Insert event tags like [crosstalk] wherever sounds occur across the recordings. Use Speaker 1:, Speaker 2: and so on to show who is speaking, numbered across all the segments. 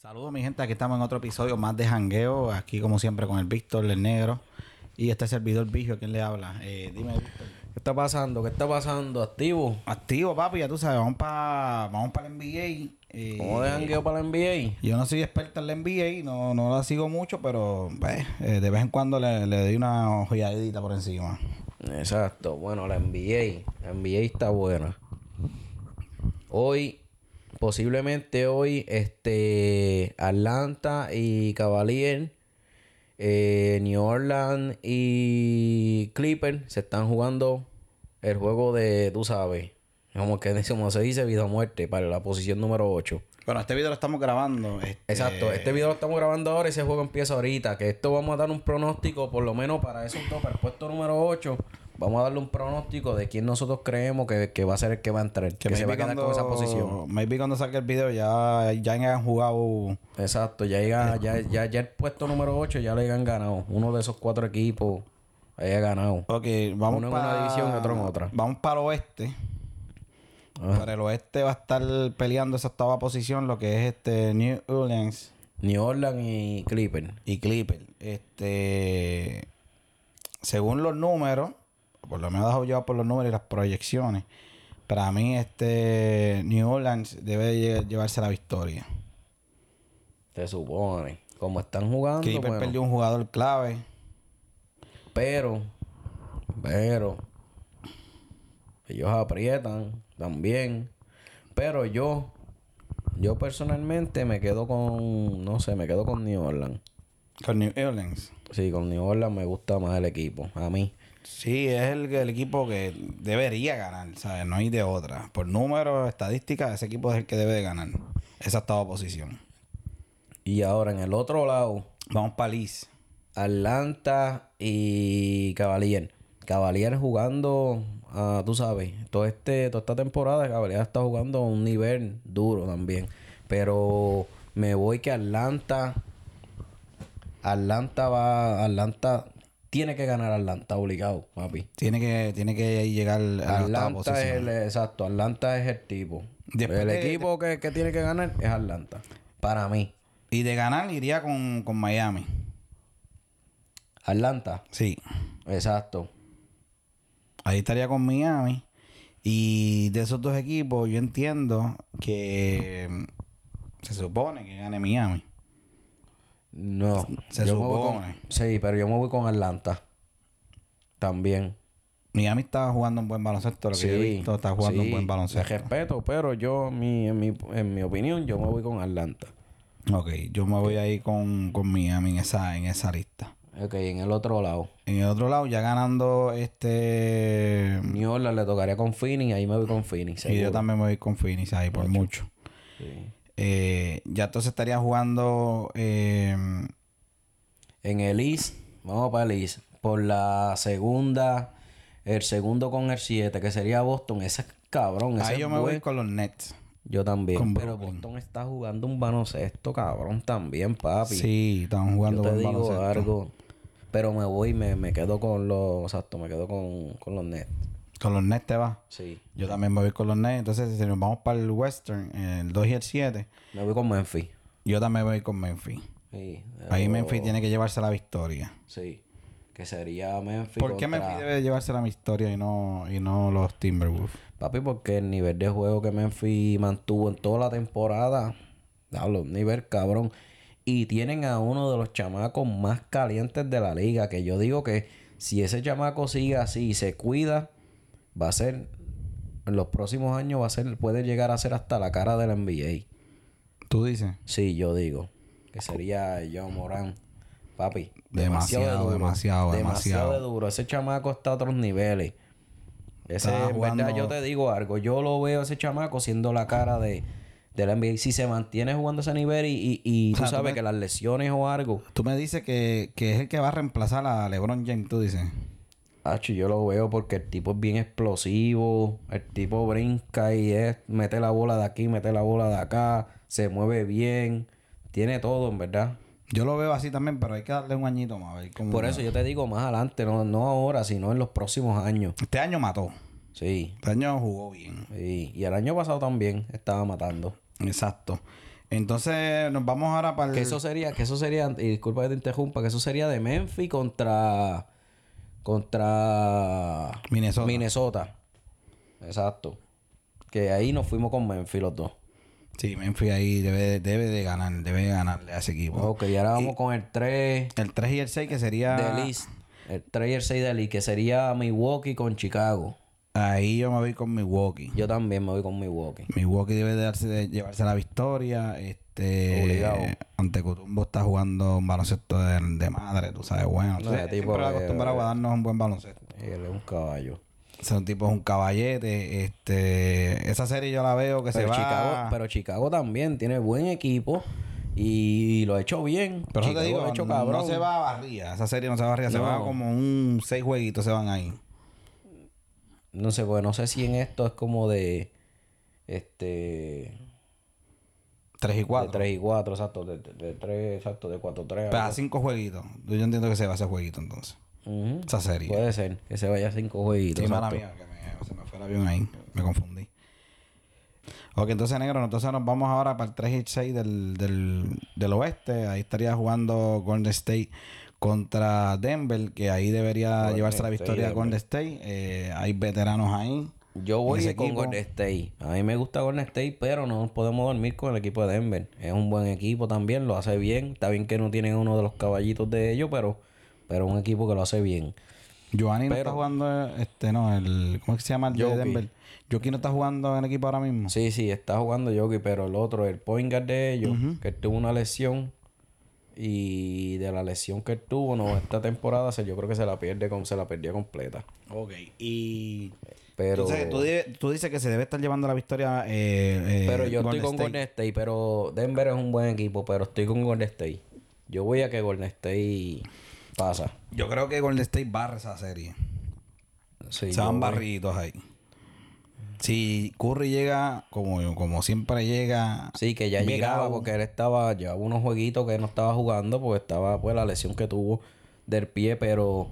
Speaker 1: Saludos mi gente, aquí estamos en otro episodio más de Jangueo, aquí como siempre con el Víctor, el negro y este servidor Vigio, ¿quién le habla? Eh, dime Víctor.
Speaker 2: ¿Qué está pasando? ¿Qué está pasando? ¿Activo?
Speaker 1: Activo papi, ya tú sabes, vamos para vamos para el NBA. eh,
Speaker 2: ¿Cómo de jangueo para la NBA?
Speaker 1: Yo no soy experto en la NBA, no, no la sigo mucho, pero pues, eh, de vez en cuando le, le doy una ojeadita por encima.
Speaker 2: Exacto. Bueno, la NBA. La NBA está buena. Hoy, posiblemente hoy, este... Atlanta y Cavalier, eh, New Orleans y Clipper se están jugando el juego de, tú sabes, como, que, [laughs] dice- como se dice, vida o muerte para la posición número 8.
Speaker 1: Bueno, este video lo estamos grabando. este,
Speaker 2: Exacto, este video lo estamos grabando ahora, ese juego empieza ahorita, que esto vamos a dar un pronóstico, por lo menos para esos dos, para el puesto número 8, vamos a darle un pronóstico de quién nosotros creemos que, que va a ser el que va a entrar, que, se va a
Speaker 1: maybe
Speaker 2: quedar con esa
Speaker 1: cuando-
Speaker 2: posición.
Speaker 1: Maybe cuando saque el video ya, ya han jugado
Speaker 2: Exacto, ya llega, ya, ya, ya el puesto número 8 ya le han ganado, uno de esos cuatro equipos haya ganado.
Speaker 1: Ok, vamos
Speaker 2: Uno en
Speaker 1: para
Speaker 2: una división y otro en otra. Ah.
Speaker 1: Vamos para el oeste. Para el oeste va a estar peleando esa octava posición lo que es este New Orleans
Speaker 2: New Orleans y Clipper.
Speaker 1: y Clipper. Este según los números, por lo menos dejado llevar por los números y las proyecciones, para mí este New Orleans debe lle- llevarse la victoria.
Speaker 2: Se supone, como están jugando,
Speaker 1: Clipper
Speaker 2: bueno,
Speaker 1: perdió un jugador clave.
Speaker 2: pero, pero, ellos aprietan también. Pero yo, yo personalmente me quedo con, no sé, me quedo con New Orleans.
Speaker 1: Con New Orleans.
Speaker 2: Sí, con New Orleans me gusta más el equipo, a mí.
Speaker 1: Sí, es el, el equipo que debería ganar, ¿sabes? No hay de otra. Por números, estadísticas, ese equipo es el que debe de ganar. Esa octava posición.
Speaker 2: Y ahora en el otro lado,
Speaker 1: Vamos para Liz.
Speaker 2: Atlanta y Cavalier. Cavalier jugando, ah, tú sabes, todo este, toda esta temporada Cavalier está jugando a un nivel duro también. Pero me voy que Atlanta, Atlanta va, Atlanta tiene que ganar Atlanta obligado, papi.
Speaker 1: Tiene que, tiene que llegar a la octava
Speaker 2: Atlanta es
Speaker 1: posición.
Speaker 2: el, exacto, Atlanta es el tipo.
Speaker 1: Después
Speaker 2: el
Speaker 1: de-
Speaker 2: equipo que, que tiene que ganar es Atlanta, para mí.
Speaker 1: Y de ganar iría con, con Miami.
Speaker 2: Atlanta,
Speaker 1: Sí.
Speaker 2: exacto.
Speaker 1: Ahí estaría con Miami. Y de esos dos equipos, yo entiendo que mm, se supone que gane Miami.
Speaker 2: No.
Speaker 1: Se
Speaker 2: me voy con-
Speaker 1: supone.
Speaker 2: sí, pero yo me voy con Atlanta. También.
Speaker 1: Miami está jugando un buen baloncesto, lo que
Speaker 2: Sí,
Speaker 1: yo he visto, está jugando un
Speaker 2: sí.
Speaker 1: buen baloncesto.
Speaker 2: Les respeto, pero yo, mi, en, mi, en mi opinión, yo me voy con Atlanta.
Speaker 1: Ok, yo me voy ahí con, con Miami en esa, en esa lista.
Speaker 2: Ok, en el otro lado.
Speaker 1: En el otro lado, ya ganando este.
Speaker 2: New Orleans le tocaría con Phoenix, ahí me voy con Phoenix.
Speaker 1: Y yo
Speaker 2: seguro.
Speaker 1: también me voy con Phoenix ahí por mucho.
Speaker 2: Sí.
Speaker 1: Eh, ya entonces estaría jugando. eh,
Speaker 2: En el East, vamos para el East. Por la segunda, el segundo con el 7, que sería Boston. Ese es cabrón. Ese
Speaker 1: ahí
Speaker 2: es
Speaker 1: yo me
Speaker 2: buen-
Speaker 1: voy con los Nets.
Speaker 2: Yo también.
Speaker 1: con
Speaker 2: pero
Speaker 1: Brooklyn.
Speaker 2: Boston está jugando un baloncesto, cabrón, también, papi.
Speaker 1: Sí, están
Speaker 2: Yo
Speaker 1: jugando
Speaker 2: te
Speaker 1: buen
Speaker 2: digo
Speaker 1: baloncesto.
Speaker 2: algo. Pero me voy, me, me quedo con los. Exacto, me quedo con, con los Nets.
Speaker 1: Con los Nets te vas.
Speaker 2: Sí.
Speaker 1: Yo también me voy con los Nets. Entonces, si nos vamos para el Western, el 2 y el 7,
Speaker 2: Me voy con Memphis.
Speaker 1: yo también me voy con Memphis.
Speaker 2: Sí. eh,
Speaker 1: Ahí Memphis tiene que llevarse la victoria.
Speaker 2: Sí. Que sería Memphis.
Speaker 1: ¿Por qué
Speaker 2: contra-
Speaker 1: Memphis debe llevarse la victoria y no, y no los Timberwolves?
Speaker 2: Papi, porque el nivel de juego que Memphis mantuvo en toda la temporada. Hablo, un nivel cabrón. Y tienen a uno de los chamacos más calientes de la liga. Que yo digo que si ese chamaco sigue así y se cuida, va a ser. En los próximos años va a ser. Puede llegar a ser hasta la cara del NBA.
Speaker 1: ¿Tú dices?
Speaker 2: Sí, yo digo. Que sería John Morán. Papi.
Speaker 1: Demasiado, demasiado, demasiado.
Speaker 2: de duro. Ese chamaco está a otros niveles. Ese,
Speaker 1: Estaba
Speaker 2: en verdad,
Speaker 1: jugando-
Speaker 2: yo te digo algo. Yo lo veo a ese chamaco siendo la cara de, de la NBA. Si se mantiene jugando a ese nivel y, y, y
Speaker 1: O sea,
Speaker 2: tú
Speaker 1: tú
Speaker 2: sabes
Speaker 1: me-
Speaker 2: que las lesiones o algo.
Speaker 1: Tú me dices que, que es el que va a reemplazar a LeBron James, tú dices.
Speaker 2: Hacho, yo lo veo porque el tipo es bien explosivo. El tipo brinca y es, mete la bola de aquí, mete la bola de acá. Se mueve bien. Tiene todo, en verdad.
Speaker 1: Yo lo veo así también, pero hay que darle un añito más. A ver cómo
Speaker 2: Por eso yo te digo más adelante, no, no ahora, sino en los próximos años.
Speaker 1: Este año mató.
Speaker 2: Sí.
Speaker 1: Este año jugó bien.
Speaker 2: sí. Y el año pasado también estaba matando.
Speaker 1: Exacto. Entonces nos vamos ahora para el...
Speaker 2: Que eso sería, que eso sería, y disculpa que te interrumpa, que eso sería de Memphis contra contra
Speaker 1: Minnesota.
Speaker 2: Minnesota. Exacto. Que ahí nos fuimos con Memphis los dos.
Speaker 1: Sí, Memphis ahí debe, debe de ganar, debe de ganarle a ese equipo.
Speaker 2: Ok, y ahora vamos con el 3
Speaker 1: El 3 y el 6 que sería...
Speaker 2: de East. El 3 y el 6 de East, que sería Milwaukee con Chicago.
Speaker 1: Ahí yo me voy con Milwaukee.
Speaker 2: Yo también me voy con Milwaukee.
Speaker 1: Milwaukee debe de darse, de llevarse la victoria. Este,
Speaker 2: Obligado.
Speaker 1: Antecutumbo está jugando un baloncesto de, de madre, tú sabes, bueno.
Speaker 2: No,
Speaker 1: Sí,
Speaker 2: ese tipo
Speaker 1: siempre lo
Speaker 2: es-
Speaker 1: acostumbrado a darnos un buen baloncesto.
Speaker 2: Él es un caballo.
Speaker 1: Ese tipo es un caballete. Este, esa serie yo la veo que se
Speaker 2: Pero
Speaker 1: va.
Speaker 2: Chicago, pero Chicago también tiene buen equipo y lo ha hecho bien.
Speaker 1: Pero eso
Speaker 2: Chicago
Speaker 1: te digo,
Speaker 2: lo ha hecho
Speaker 1: no- no
Speaker 2: cabrón.
Speaker 1: se va a barría. Esa serie no se va a barría. Se
Speaker 2: No.
Speaker 1: va como un seis jueguitos se van ahí.
Speaker 2: No sé, porque no sé si en esto es como de. Este.
Speaker 1: Tres y
Speaker 2: De
Speaker 1: cuatro.
Speaker 2: 3 y 4, exacto. De, de, 3, exacto. De 4 3.
Speaker 1: Pero a cinco jueguitos. Yo entiendo que se va a ese jueguito entonces. Esa serie.
Speaker 2: Puede ser que se vaya 5 jueguitos.
Speaker 1: Sí, mala mía,
Speaker 2: exacto.
Speaker 1: que me- se me fue el avión ahí. Me confundí. Ok, entonces, negro, entonces nos vamos ahora para el 3 y 6 del, del, del oeste. Ahí estaría jugando Golden State contra Denver, que ahí debería
Speaker 2: Golden
Speaker 1: llevarse la
Speaker 2: State,
Speaker 1: victoria
Speaker 2: Denver.
Speaker 1: Golden State. Eh, hay veteranos ahí.
Speaker 2: Yo
Speaker 1: Ese
Speaker 2: voy con
Speaker 1: equipo-
Speaker 2: Golden State. A mí me gusta Golden State, pero no podemos dormir con el equipo de Denver. Es un buen equipo también, lo hace bien. Está bien que no tienen uno de los caballitos de ellos, pero, pero un equipo que lo hace bien.
Speaker 1: Giovanni no está
Speaker 2: Pero-
Speaker 1: jugando, este, no, el, ¿cómo es que se llama el de
Speaker 2: Jokic.
Speaker 1: Denver? Jokic no está jugendo en el equipo ahora mismo.
Speaker 2: Sí, sí, está jugando Yogi, pero el otro, el point guard de ellos, que él tuvo una lesión. Y de la lesión que él tuvo, no, esta temporada se, yo creo que se la pierde, con, se la perdió completa.
Speaker 1: Ok, y...
Speaker 2: Pero,
Speaker 1: Entonces, tú, di- tú dices que se debe estar llevando la victoria eh, eh,
Speaker 2: pero yo estoy con
Speaker 1: State.
Speaker 2: Golden State, pero Denver es un buen equipo, pero estoy con Golden State. Yo voy a que Golden State pasa.
Speaker 1: Yo creo que Golden State barra esa serie. Se
Speaker 2: Sí, yo
Speaker 1: van
Speaker 2: voy-
Speaker 1: barritos ahí. Si Curry llega, como, como siempre llega,
Speaker 2: Sí, que ya
Speaker 1: Virado.
Speaker 2: llegaba porque él estaba, llevaba unos jueguitos que no estaba jugando porque estaba, pues, la lesión que tuvo del pie, pero,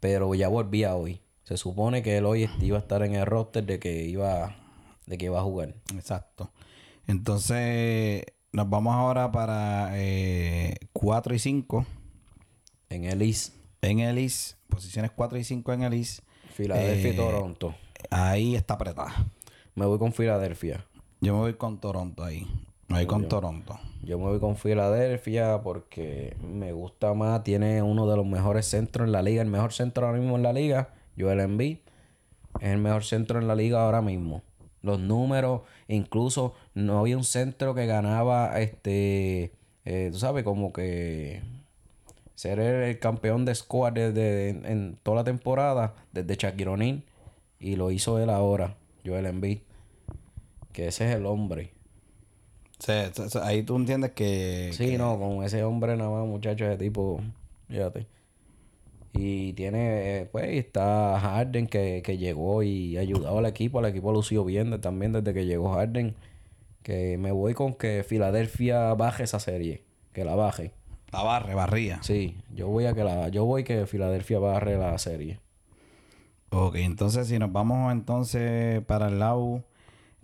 Speaker 2: pero ya volvía hoy. Se supone que él hoy est- iba a estar en el roster de que iba, de que iba a jugar.
Speaker 1: exacto. Entonces, nos vamos ahora para 4 y 5
Speaker 2: En el East,
Speaker 1: en el East. Posiciones 4 y 5 en el East.
Speaker 2: Filadelfia
Speaker 1: Eh,
Speaker 2: y Toronto.
Speaker 1: Ahí está apretada.
Speaker 2: Me voy con Filadelfia.
Speaker 1: Yo me voy con Toronto ahí. Me voy con Toronto.
Speaker 2: Yo me voy con Filadelfia porque me gusta más. Tiene uno de los mejores centros en la liga. El mejor centro ahora mismo en la liga, Joel Embiid. Es el mejor centro en la liga ahora mismo. Los números, incluso no había un centro que ganaba, este, eh, tú sabes, como que ser el, el campeón de squad desde, en, en toda la temporada desde Shaquille O'Neal. Y lo hizo él ahora, Joel Embiid. Que ese es el hombre.
Speaker 1: O sea, o sea, ahí tú entiendes que...
Speaker 2: Sí,
Speaker 1: que-
Speaker 2: no, con ese hombre nada más, muchacho, ese tipo, fíjate. Y tiene, eh, pues, está Harden que, que llegó y ha ayudado al equipo, el equipo lució bien de- también desde que llegó Harden. Que me voy con que Filadelfia baje esa serie, que la baje.
Speaker 1: La barre, barría.
Speaker 2: Sí, yo voy a que la, yo voy que Filadelfia barre la serie.
Speaker 1: Ok, entonces si nos vamos entonces para el lado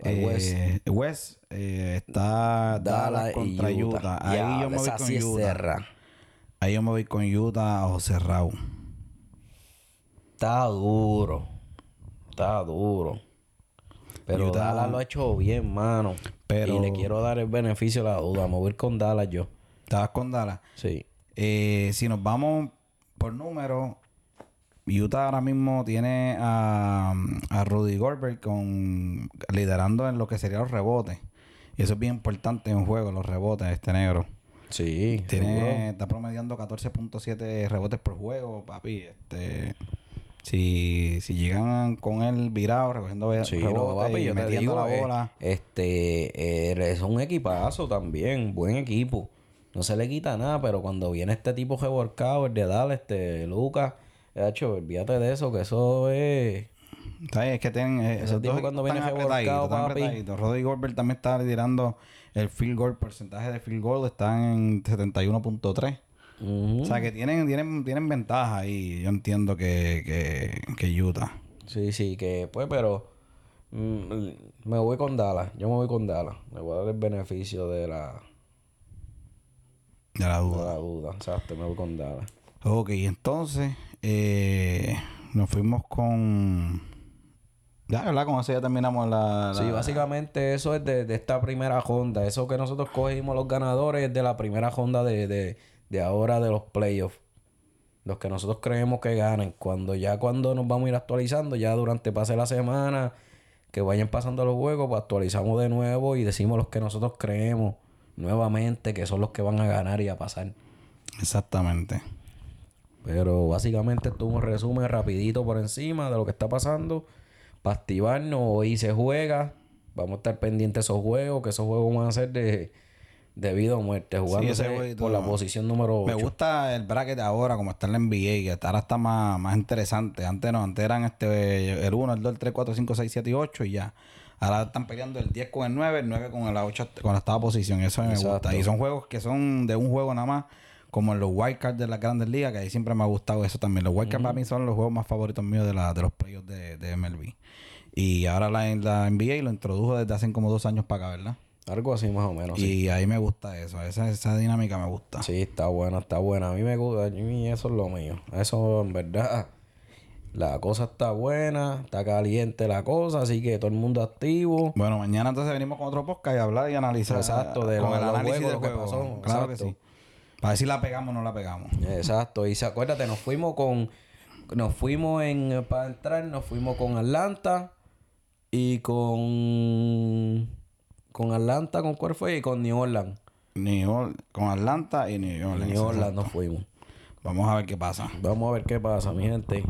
Speaker 2: Al
Speaker 1: eh,
Speaker 2: West.
Speaker 1: West, eh, está Dallas
Speaker 2: Dallas
Speaker 1: contra Utah. Ahí yo me
Speaker 2: Diablo,
Speaker 1: voy
Speaker 2: esa
Speaker 1: con
Speaker 2: sí es
Speaker 1: Utah.
Speaker 2: cerra.
Speaker 1: Ahí yo me voy con Utah o Cerrado.
Speaker 2: Está duro. Está duro. Pero
Speaker 1: Utah-
Speaker 2: Dallas lo ha hecho bien, mano.
Speaker 1: Pero-
Speaker 2: Y le quiero dar el beneficio de la duda. Me voy a ir con Dallas yo.
Speaker 1: Estabas con Dallas.
Speaker 2: Sí.
Speaker 1: Eh, si nos vamos por número, Utah ahora mismo tiene a, a Rudy Goldberg con, liderando en lo que serían los rebotes. Y eso es bien importante en un juego, los rebotes, este negro.
Speaker 2: Sí. seguro.
Speaker 1: Tiene, está promediando 14.7 rebotes por juego, papi. Este, si, si llegan con él virado, recogiendo be-
Speaker 2: Sí,
Speaker 1: rebotes
Speaker 2: no, papi,
Speaker 1: y
Speaker 2: yo te
Speaker 1: metiendo
Speaker 2: digo,
Speaker 1: la
Speaker 2: eh,
Speaker 1: bola.
Speaker 2: este, él es un equipazo también, buen equipo. No se le quita nada, pero cuando viene este tipo revolcado, el de Dallas, este, Lucas, hecho, olvídate de eso, que eso es...
Speaker 1: ¿Sabes? Es que tienen, eh,
Speaker 2: ese
Speaker 1: esos
Speaker 2: tipo
Speaker 1: dos
Speaker 2: cuando
Speaker 1: están
Speaker 2: viene revolcado,
Speaker 1: apretaditos, están
Speaker 2: papi.
Speaker 1: apretaditos. Rudy Goldberg también está liderando el field goal, porcentaje de field goal está en 71.3.
Speaker 2: Ujú.
Speaker 1: O sea que tienen, tienen, tienen ventaja ahí. Yo entiendo que, que, que Utah.
Speaker 2: Sí, sí, que pues, pero mm, me voy con Dallas. Yo me voy con Dallas. Me voy a dar el beneficio de la,
Speaker 1: De la
Speaker 2: No
Speaker 1: duda.
Speaker 2: la duda. Exacto, me voy con Dallas.
Speaker 1: Ok, entonces eh, nos fuimos con. Ya, ¿verdad? Con eso ya terminamos la. la-
Speaker 2: Sí, básicamente eso es de, de esta primera ronda. Eso que nosotros cogimos los ganadores es de la primera ronda de, de, de ahora de los playoffs. Los que nosotros creemos que ganen. Cuando ya cuando nos vamos a ir actualizando, ya durante pase la semana, que vayan pasando los juegos, pues actualizamos de nuevo y decimos los que nosotros creemos nuevamente que son los que van a ganar y a pasar.
Speaker 1: Exactamente.
Speaker 2: Pero básicamente esto es un resumen rapidito por encima de lo que está pasando. Para activarnos, hoy se juega. Vamos a estar pendientes de esos juegos, que esos juegos van a ser de, de vida o muerte, jugando
Speaker 1: ese jueguito-
Speaker 2: por la posición número 8.
Speaker 1: Me gusta el bracket de ahora, como está en la NBA, que ahora está más, más interesante. Antes no, antes eran este, el 1, el 2, el 3, 4, 5, 6, 7 y 8 y ya. Ahora están peleando el 10 con el 9, el 9 con la 8, con la octava posición. Eso me gusta.
Speaker 2: Exacto.
Speaker 1: Y son juegos que son de un juego nada más, como en los wildcards de las grandes ligas, que ahí siempre me ha gustado eso también. Los wildcards para mí son los juegos más favoritos míos de, la, de los playoffs de, de MLB. Y ahora la, la NBA lo introdujo desde hace como dos años para acá, ¿verdad?
Speaker 2: Algo así más o menos. Oh, sí.
Speaker 1: Y ahí me gusta eso. Esa, esa dinámica me gusta.
Speaker 2: Sí, está buena, está buena. A mí me gusta, a mí eso es lo mío. Eso en verdad. La cosa está buena, está caliente la cosa, así que todo el mundo activo.
Speaker 1: Bueno, mañana entonces venimos con otro podcast y hablar y analizar.
Speaker 2: Exacto, de
Speaker 1: con
Speaker 2: los-
Speaker 1: el
Speaker 2: los
Speaker 1: análisis
Speaker 2: juegos,
Speaker 1: del
Speaker 2: lo que
Speaker 1: juego.
Speaker 2: pasó.
Speaker 1: Claro que sí.
Speaker 2: Exacto.
Speaker 1: Para ver si la pegamos o no la pegamos.
Speaker 2: Exacto, y se- acuérdate, nos fuimos con. Nos fuimos en. Para entrar, nos fuimos con Atlanta. Y con. Con Atlanta, ¿con cuál fue? Y con New Orleans.
Speaker 1: New Orleans, con Atlanta y New Orleans.
Speaker 2: New Orleans nos fuimos.
Speaker 1: Vamos a ver qué pasa.
Speaker 2: Vamos a ver qué pasa, mi gente.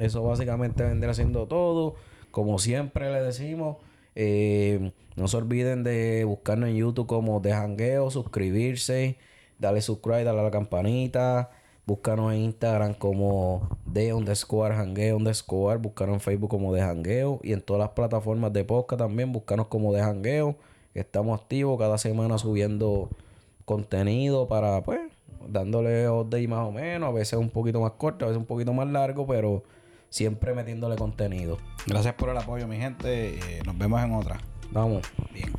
Speaker 2: Eso básicamente vendrá siendo todo. Como siempre le decimos, eh, no se olviden de buscarnos en YouTube como De Jangueo, suscribirse, darle subscribe, darle a la campanita. Búscanos en Instagram como de underscore jangueo underscore. Búscanos en Facebook como de jangueo. Y en todas las plataformas de podcast también. Búscanos como de jangueo. Estamos activos cada semana subiendo contenido para, pues, dándole update más o menos. A veces un poquito más corto, a veces un poquito más largo, pero siempre metiéndole contenido.
Speaker 1: Gracias por el apoyo, mi gente. Eh, nos vemos en otra.
Speaker 2: Vamos.
Speaker 1: Bien.